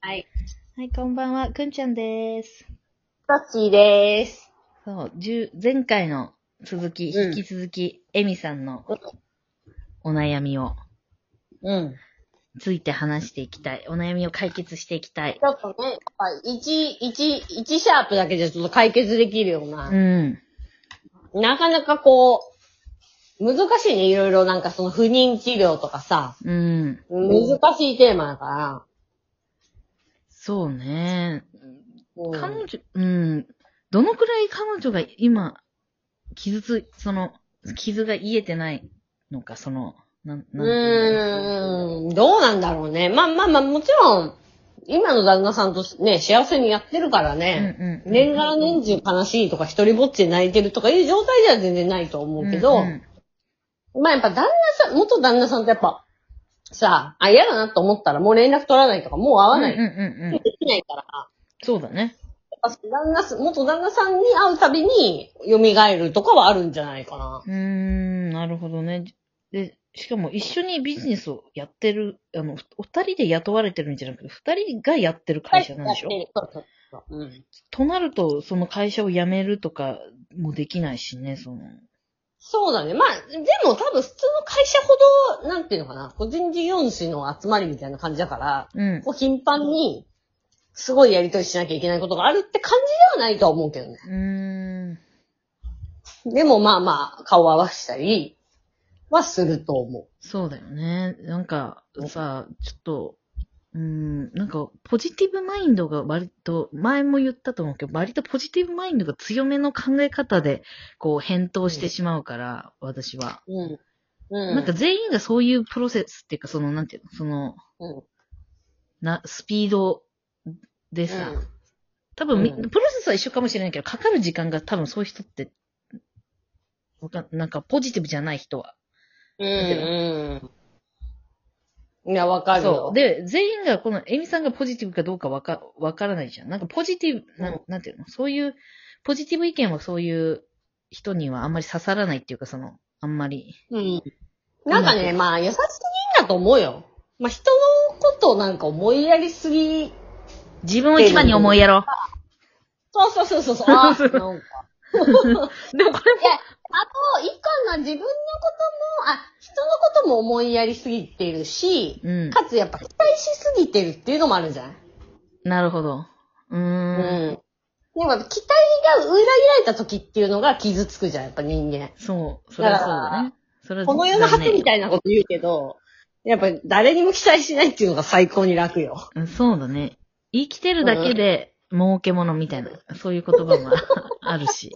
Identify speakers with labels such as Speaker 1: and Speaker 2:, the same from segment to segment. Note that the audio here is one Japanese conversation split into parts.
Speaker 1: はい。
Speaker 2: はい、こんばんは、くんちゃんです。
Speaker 1: タッチーでーす。
Speaker 2: そう、10前回の続き、
Speaker 1: うん
Speaker 2: 引き続き、エミさんのお悩みを
Speaker 1: うん。
Speaker 2: ついて話していきたい。お悩みを解決していきたい
Speaker 1: ち。ょっとね、やっぱ一、一、一シャープだけじゃちょっと解決できるよう
Speaker 2: う
Speaker 1: な。
Speaker 2: ん。
Speaker 1: なかなかこう、難しいね、いろいろなんかその不妊治療とかさ、
Speaker 2: うん。
Speaker 1: 難しいテーマだから。
Speaker 2: そうね。
Speaker 1: うん
Speaker 2: 彼女、うん。どのくらい彼女が今、傷つ、その、傷が癒えてないのか、その、なん、なん
Speaker 1: う
Speaker 2: ていう
Speaker 1: ーん、どうなんだろうね。まあまあまあ、もちろん、今の旦那さんとね、幸せにやってるから
Speaker 2: ん
Speaker 1: ね、
Speaker 2: うんうん
Speaker 1: 年がら年中悲しいとか、一人ぼっちで泣いてるとかいう状態では全然ないと思う
Speaker 2: の
Speaker 1: けど、
Speaker 2: うんうん
Speaker 1: まあやっぱ旦那さん、元旦那さんってやっぱ、さあ、あ、嫌だなと思ったらもう連絡取らないとか、もう会わない。
Speaker 2: うんうんうんう
Speaker 1: で。
Speaker 2: ん
Speaker 1: きないから、
Speaker 2: そうだね。
Speaker 1: やっぱその旦那さん、元旦那さんに会うたびに蘇るとかはあるんじゃないかな。
Speaker 2: うーん、なるほどね。で、しかも一緒にビジネスをやってる、あの、ふお二人で雇われてるんじゃなくて、二人がやってる会社なんでしょ、
Speaker 1: やってるそうそうそううん。
Speaker 2: となると、その会社を辞めるとかもできないしね、その。
Speaker 1: そうだね。まあ、でも多分普通の会社ほど、なんていうのかな、個人事業主の集まりみたいな感じだから、
Speaker 2: うん。
Speaker 1: こう頻繁に、すごいやりとりしなきゃいけないことがあるって感じではないとは思うけどね。
Speaker 2: うーん。
Speaker 1: でもまあまあ、顔を合わせたりはすると思う。
Speaker 2: そうだよね。なんか
Speaker 1: うん、
Speaker 2: さ、ちょっと、うーん、なんか、ポジティブマインドが割と、前も言ったと思うけど、割とポジティブマインドが強めの考え方で、こう、返答してしまうから、私は。
Speaker 1: うん。うん。
Speaker 2: なんか、全員がそういうプロセスっていうか、その、なんていうの、その、
Speaker 1: うん。
Speaker 2: な、スピードでさ、
Speaker 1: うん
Speaker 2: 多分み、
Speaker 1: うん
Speaker 2: プロセスは一緒かもしれないけど、かかる時間が多分そういう人って、わかんなんかポジティブじゃない人は。
Speaker 1: うん。うん。いや、わかる
Speaker 2: そ
Speaker 1: よ
Speaker 2: う。。で、全員が、この、エミさんがポジティブかどうかわか、わからないじゃん。なんかポジティブ、な
Speaker 1: うん
Speaker 2: んなんていうのそういう、ポジティブ意見はそういう人にはあんまり刺さらないっていうか、その、あんまり。
Speaker 1: うん。なんかね、まあ、優しすぎんだと思うよ。まあ、人のことをなんか思いやりすぎ。
Speaker 2: 自分を一番に思いやろ
Speaker 1: そうそうそうそう そう。あなんか。いや、あと、
Speaker 2: う。でもこれ、
Speaker 1: 一個は自分のことも、あ、人のことも思いやりすぎてるし、
Speaker 2: うん。
Speaker 1: かつやっぱ期待しすぎてるっていうのもあるんじゃない
Speaker 2: なるほど。うーん。
Speaker 1: うん。でもやっぱ期待が裏切られた時っていうのが傷つくじゃん、やっぱ人間。
Speaker 2: そう。それはそうだね。それは
Speaker 1: この世の
Speaker 2: 残
Speaker 1: 初
Speaker 2: 念よ
Speaker 1: みたいなこと言うけど、やっぱり誰にも期待しないっていうのが最高に楽よ。
Speaker 2: うんそうだね。生きてるだけで儲け物みたいな、そういう言葉もある し。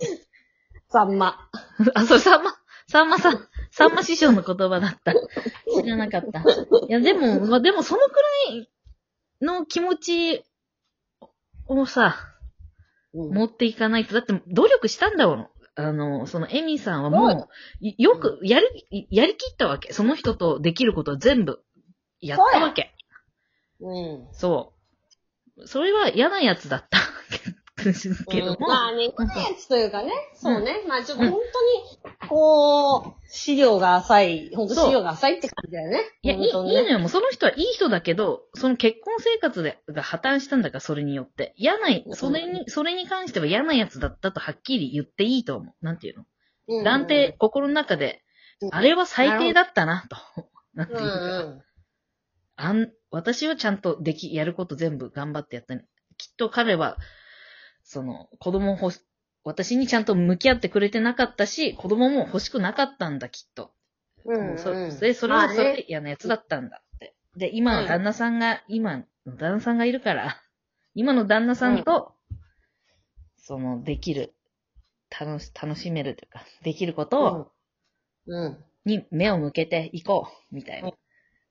Speaker 1: さんま。
Speaker 2: あ、それさんま、さんまさん、さんま師匠の言葉だった。知らなかった。いや、でも、まあ、でもそのくらいの気持ちをさ、
Speaker 1: うん
Speaker 2: 持っていかないと、だって努力したんだもの。あの、そのエミさんはもう、いよく、やる、いやりきったわけ。その人とできることは全部、やったわけ。
Speaker 1: うん。
Speaker 2: そう。それは嫌なやつ だった。けども。
Speaker 1: まあね、このやつというかね、そうね。まあちょっと本当に、こう、資料が浅い、本当
Speaker 2: そう
Speaker 1: 資料が浅いって感じだよね。
Speaker 2: いや、いい、いい
Speaker 1: 本当
Speaker 2: の
Speaker 1: にね
Speaker 2: よ。もうその人はいい人だけど、その結婚生活でが破綻したんだから、それによって。嫌な、それに、それに関しては嫌なやつだったとはっきり言っていいと思う。なんていうの
Speaker 1: うん
Speaker 2: 断定、心の中で、あれは最低だったな、と。なんて
Speaker 1: う
Speaker 2: い
Speaker 1: ん
Speaker 2: う
Speaker 1: うん。
Speaker 2: か、あん、私はちゃんとでき、やること全部頑張ってやったのに。きっと彼は、その、子供を欲し、私にちゃんと向き合ってくれてなかったし、子供も欲しくなかったんだ、きっと。
Speaker 1: うん
Speaker 2: もうそ
Speaker 1: うん
Speaker 2: で、それ
Speaker 1: ま
Speaker 2: は
Speaker 1: あね
Speaker 2: それで嫌なやつだったんだって。で、今
Speaker 1: うん
Speaker 2: の旦那さんが、今の旦那さんがいるから、今の旦那さんと、その、できる、楽し、楽しめるというか、できることを、
Speaker 1: うん。うん。
Speaker 2: に目を向けていこう、みたいな。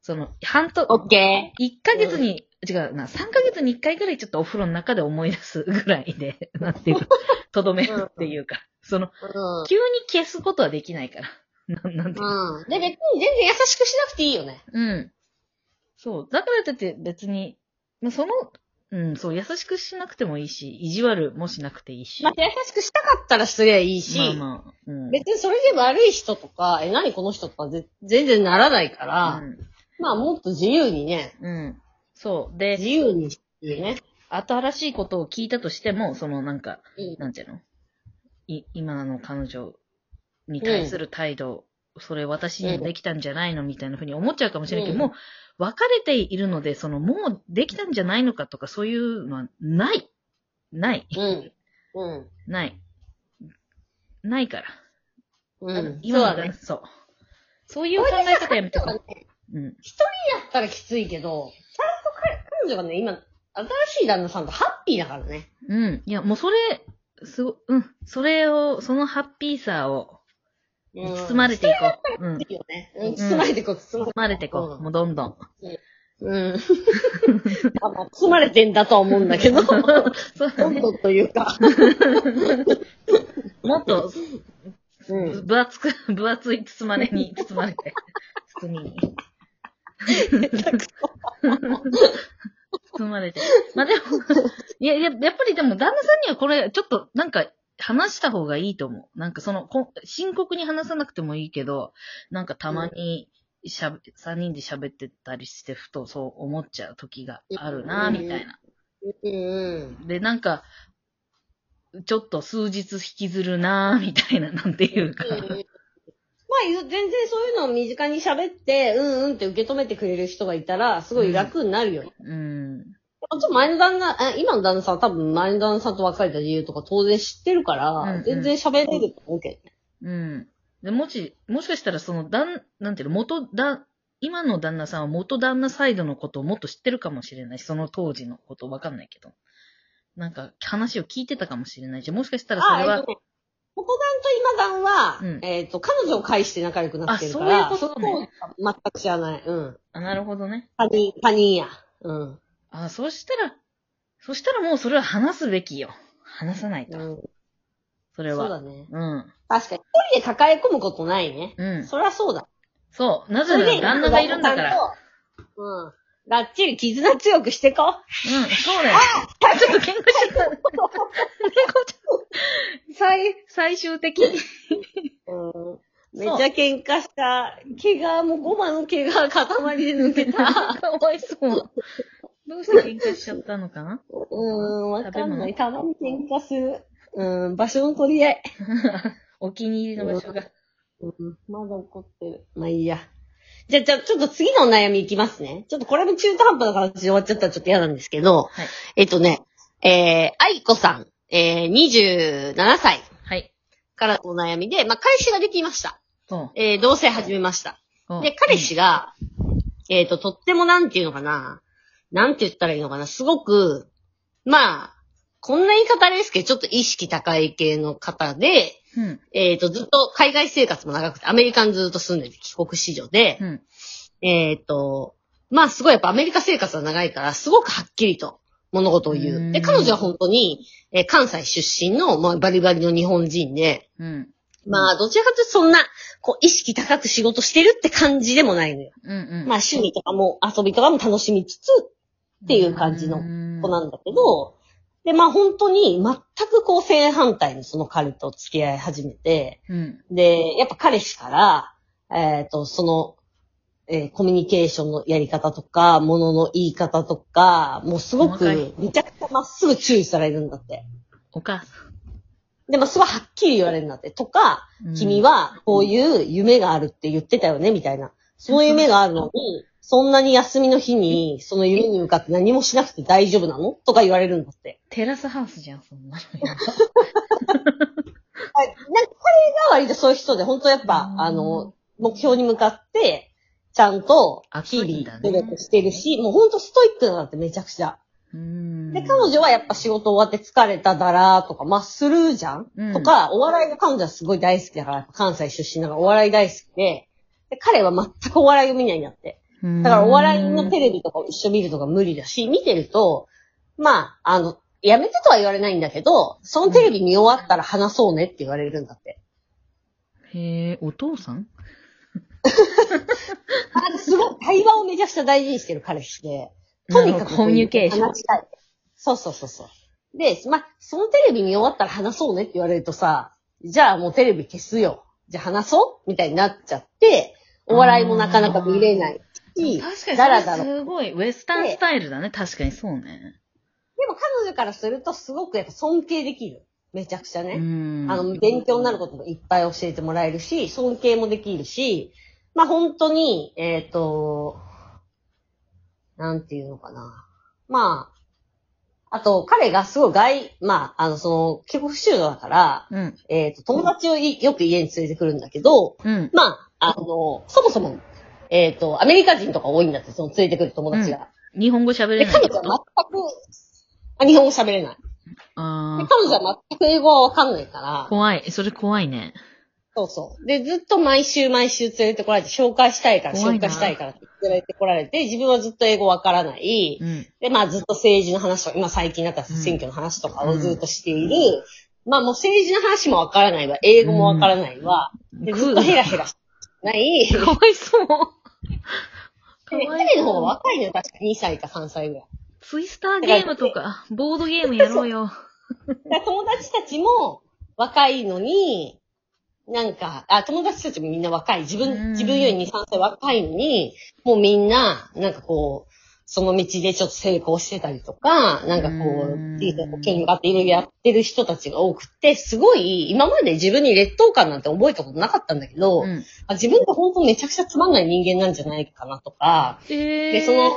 Speaker 2: その、半と、
Speaker 1: オッケ
Speaker 2: 1ヶ月に、違うな、3ヶ月に1回ぐらいちょっとお風呂の中で思い出すぐらいで、なんていうか、とどめるっていうか、その、
Speaker 1: ー。うん。
Speaker 2: 急に消すことはできないから。ななんていうの
Speaker 1: うん。で、別に全然優しくしなくていいよね。
Speaker 2: うん。そう。だからだって別に、まあ、その、うん、そう、優しくしなくてもいいし、意地悪もしなくていいし。
Speaker 1: まあ、優しくしたかったらすりゃいいし、
Speaker 2: まあまあ、うん。
Speaker 1: 別にそれで悪い人とか、え、何この人とかぜ全然ならないから、
Speaker 2: うん
Speaker 1: まあもっと自由にね、
Speaker 2: うん。そう。で、
Speaker 1: 自由にっていうね。
Speaker 2: 新しいことを聞いたとしても、そのなんか、
Speaker 1: うん
Speaker 2: なんていうのい、今の彼女に対する態度、それ私にはできたんじゃないのみたいなふうに思っちゃうかもしれないけど、
Speaker 1: うん
Speaker 2: もう別れているので、そのもうできたんじゃないのかとかそういうのはない。ない。
Speaker 1: うん。うん。
Speaker 2: ない。ないから。
Speaker 1: うん。
Speaker 2: 今
Speaker 1: そう
Speaker 2: は
Speaker 1: だね。
Speaker 2: そう。そういう考え方やめと
Speaker 1: だか
Speaker 2: こ
Speaker 1: らね
Speaker 2: う。うん。
Speaker 1: やったらきついけど、ちゃんと彼彼女がね、今、新しい旦那さんとハッピーだからね。
Speaker 2: うん。いや、もうそれ、すご、うん。それを、そのハッピーさを、
Speaker 1: うん
Speaker 2: 包まれていこう。うん。
Speaker 1: いいよね。うん、包まれてこう、包
Speaker 2: 包まれていこう。
Speaker 1: うん
Speaker 2: もうどんどん。
Speaker 1: まれて。うん。あ まあ包まれてんだとは思うんだけ ど、ど
Speaker 2: そうだ
Speaker 1: ん
Speaker 2: ね。
Speaker 1: どんというか。
Speaker 2: もっと、
Speaker 1: うん。
Speaker 2: 分厚く、 分厚い包まれに、包まれて。包みに。 包まれて。まあでも、いや、ややっぱりでも旦那さんにはこれ、ちょっとなんか、話した方がいいと思う。なんかその、こ深刻に話さなくてもいいけど、なんかたまに、しゃべ、三人で喋ってたりして、ふとそう思っちゃう時があるな、
Speaker 1: うん
Speaker 2: みたいな。
Speaker 1: うん。
Speaker 2: で、なんか、ちょっと数日引きずるなぁ、みたいな、 なんていうか。
Speaker 1: まあ、ゆ全然そういうのを身近に喋って、うんうんって受け止めてくれる人がいたら、すごい楽になるよね。
Speaker 2: うん。
Speaker 1: ちょっと前の旦那、あ今の旦那さんは多分前の旦那さんと別れた理由とか当然知ってるから、
Speaker 2: うんうん
Speaker 1: 全然喋れると思うけ
Speaker 2: うん。で、もし、もしかしたらその、だん、なんていうの、元だ、今の旦那さんは元旦那サイドのことをもっと知ってるかもしれないし、その当時のことわかんないけど。なんか、話を聞いてたかもしれないし、もしかした
Speaker 1: ど。
Speaker 2: らそれ
Speaker 1: あえっ
Speaker 2: は、
Speaker 1: とね元旦と今旦は、
Speaker 2: うん
Speaker 1: えっ、と、彼女を介して仲良くなってるから、
Speaker 2: あそういうことね
Speaker 1: そこを全く知らない。うん。
Speaker 2: あ、なるほどね。
Speaker 1: 他人、他人や。うん。
Speaker 2: あ、そしたら、そしたらもうそれは話すべきよ。話さないと。
Speaker 1: うん
Speaker 2: それ
Speaker 1: そうだ
Speaker 2: は。
Speaker 1: ね。
Speaker 2: うん。
Speaker 1: 確かに。一人で抱え込むことないね。
Speaker 2: うん。
Speaker 1: そりゃそうだ。
Speaker 2: そう。な
Speaker 1: そ
Speaker 2: ぜ
Speaker 1: れ
Speaker 2: な
Speaker 1: で
Speaker 2: ら旦那がいるんだから。。
Speaker 1: うん。がっちり絆強くしてこう。
Speaker 2: うん、そうだよ。ちょっと喧嘩しちゃった。猫ちゃん。最、最終的に。
Speaker 1: うんめっちゃ喧嘩した。怪我、もうゴマの怪我、塊で抜けた。
Speaker 2: かわいそう。どうして喧嘩しちゃったのか な
Speaker 1: うん、わかんない。たまに喧嘩する。うん、場所の取り合い。
Speaker 2: お気に入りの場所が。
Speaker 1: うん、まだ怒ってる。まあいいや。じゃあ、じゃあ、ちょっと次のお悩みいきますね。ちょっとこれも中途半端な形で終わっちゃったらちょっと嫌なんですけど、
Speaker 2: はい
Speaker 1: えっとね、えー、愛子さん、えー、27歳
Speaker 2: はい。
Speaker 1: からのお悩みで、まあ、彼氏ができました。
Speaker 2: そ
Speaker 1: えー同棲始めました。
Speaker 2: う。
Speaker 1: で、彼氏が、えっ、と、とってもなんていうのかな、なんて言ったらいいのかな、すごく、まあ、こんな言い方あれですけど、ちょっと意識高い系の方で、
Speaker 2: うん。うん。
Speaker 1: えっ、と、ずっと海外生活も長くて、アメリカにずっと住んでて、帰国子女で
Speaker 2: う、ん。
Speaker 1: えっ、と、まあすごいやっぱアメリカ生活が長いから、すごくはっきりと物事を
Speaker 2: う
Speaker 1: 言
Speaker 2: ん
Speaker 1: う。で、彼女は本当に、えー関西出身の、まあバリバリの日本人で、
Speaker 2: うん。
Speaker 1: まあ、どちらかというとそんな、こう、意識高く仕事してるって感じでもないのよ。
Speaker 2: うん。う
Speaker 1: ま
Speaker 2: ん。
Speaker 1: あ、
Speaker 2: あ、
Speaker 1: 趣味とかも遊びとかも楽しみつつ、っていう感じの子
Speaker 2: 子
Speaker 1: なんだけど、で、まあ、本当に全くこう、正反対のその彼と付き合い始めて、
Speaker 2: うん。
Speaker 1: で、やっぱ彼氏から、えっ、と、その、えーコミュニケーションのやり方とか、ものの言い方とか、もうすご
Speaker 2: 細かい
Speaker 1: く、めちゃくちゃまっすぐ注意されるんだって。
Speaker 2: お母さ
Speaker 1: で、まあ、すごいはっきり言われるんだって。とか、
Speaker 2: ん。
Speaker 1: 君はこういう夢があるって言ってたよね、みたいな。その夢があるのに、そんなに休みの日に、その夢に向かって何もしなくて大丈夫なのとか言われるんだって。
Speaker 2: テラスハウスじゃん、そんなの。
Speaker 1: はいなんか、これが割とそういう人で、本当やっぱ、あの、、目標に向かって、ちゃんと、
Speaker 2: 熱いん
Speaker 1: 日
Speaker 2: だ
Speaker 1: 々、
Speaker 2: ね
Speaker 1: 努力してるし、もう本当ストイックなんだって、めちゃくちゃ。
Speaker 2: うん。
Speaker 1: で、彼女はやっぱ仕事終わって疲れただらーとか、まあ、するじゃん、
Speaker 2: うん
Speaker 1: とか、お笑いが彼女はすごい大好きだから、やっぱ関西出身だからお笑い大好きで、で彼は全くお笑いを見ないんだって。
Speaker 2: うん、
Speaker 1: だからお笑いのテレビとかを一緒に見るとか無理だし、見てると、まあ、あの、やめてとは言われないんだけど、そのテレビ見終わったら話そうねって言われるんだって。
Speaker 2: へえ、お父さん
Speaker 1: なんかすごい対話をめちゃくちゃ大事にしてる彼氏で、とにか
Speaker 2: なるほ
Speaker 1: く
Speaker 2: どコミュニケーション
Speaker 1: 話。したい。そうそうそうそう。で、まあ、そのテレビ見終わったら話そうねって言われるとさ、じゃあもうテレビ消すよ。じゃあ話そうみたいになっちゃって、お笑いもなかなか見れないし、
Speaker 2: 確かに
Speaker 1: だら
Speaker 2: そ
Speaker 1: だ
Speaker 2: れ
Speaker 1: ら。です
Speaker 2: ごい、ウエスタンスタイルだね。確かにそうね。
Speaker 1: も彼女からするとすごくやっぱ尊敬できる。めちゃくちゃね。
Speaker 2: うん。
Speaker 1: あの、勉強になることもいっぱい教えてもらえるし、尊敬もできるし、まあ本当に、えっ、と、なんていうのかな。まあ、あと、彼がすごい外、まあ、あの、その、結構不修道だから、
Speaker 2: うん。
Speaker 1: えっ、と、友達をいよく家に連れてくるんだけど、
Speaker 2: うん。
Speaker 1: まあ、あの、そもそも、えっ、と、アメリカ人とか多いんだって、その連れてくる友達が。
Speaker 2: 日本語喋
Speaker 1: で、
Speaker 2: れないっ
Speaker 1: 彼
Speaker 2: て
Speaker 1: 女
Speaker 2: こ
Speaker 1: は全
Speaker 2: と
Speaker 1: く、あ日本語喋れない。
Speaker 2: あ
Speaker 1: で
Speaker 2: あ。
Speaker 1: 彼女は全く英語はわかんないから、
Speaker 2: 怖い。それ怖いね。
Speaker 1: そうそう。で、ずっと毎週毎週連れてこられて、紹介したいから、
Speaker 2: 怖い
Speaker 1: 紹
Speaker 2: な
Speaker 1: 介したいからって連れてこられて、自分はずっと英語わからない。
Speaker 2: うん。
Speaker 1: で、まあずっと政治の話とか、今最近だったら
Speaker 2: うん
Speaker 1: 選挙の話とかをずっとしている。まあもう政治の話もわからないわ、英語もわからないわ。で、ずっとヘラヘラして ない。で、
Speaker 2: かわい そう。かわい
Speaker 1: 彼の方が
Speaker 2: そう。
Speaker 1: 若いのよ、確か2歳か3歳ぐらい。
Speaker 2: ツイスターゲームとか、ボードゲームやろうよ。
Speaker 1: だから友達たちも若いのに、なんか、あ、友達たちもみんな若い。自
Speaker 2: うん
Speaker 1: 分、自分より2、3歳若いのに、もうみんな、なんかこう、その道でちょっと成功してたりとか、なんかこ
Speaker 2: うん
Speaker 1: う、人生保険に向かっていろいろやってる人たちが多くて、すごい、今まで自分に劣等感なんて覚えたことなかったんだけど、
Speaker 2: うん。
Speaker 1: あ自分って本当めちゃくちゃつまんない人間なんじゃないかなとか、
Speaker 2: え
Speaker 1: で、その、ア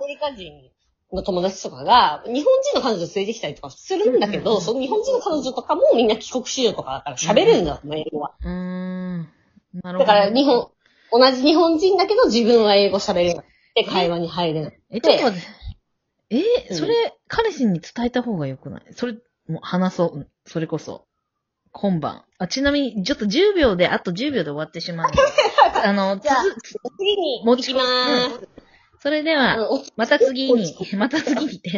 Speaker 1: メリカ人の友達とかが、日本人の彼女連れてきたりとかするんだけ
Speaker 2: うんうんう
Speaker 1: ど、
Speaker 2: ん
Speaker 1: その日本人の彼女とかもみんな帰国子女とかだから喋れるんだと思う、英語は。
Speaker 2: うーん。なるほど。
Speaker 1: だから日。本、同じ日本人だけど自分は英語喋れなくて会話に入れない。
Speaker 2: え、ちょっと待って。え
Speaker 1: う
Speaker 2: ー、
Speaker 1: ん
Speaker 2: それ、彼氏に伝えた方がよくないそれ、もう話そううん。それこそ。今晩。あ、ちなみに、ちょっと10秒で、あと10秒で終わってし まうので。あの、つ
Speaker 1: じゃあ
Speaker 2: づ
Speaker 1: 次に
Speaker 2: も
Speaker 1: 行
Speaker 2: ち
Speaker 1: きまーす。
Speaker 2: それで
Speaker 1: あ
Speaker 2: は、
Speaker 1: のお
Speaker 2: また次
Speaker 1: 落
Speaker 2: に
Speaker 1: ち、
Speaker 2: また次にって。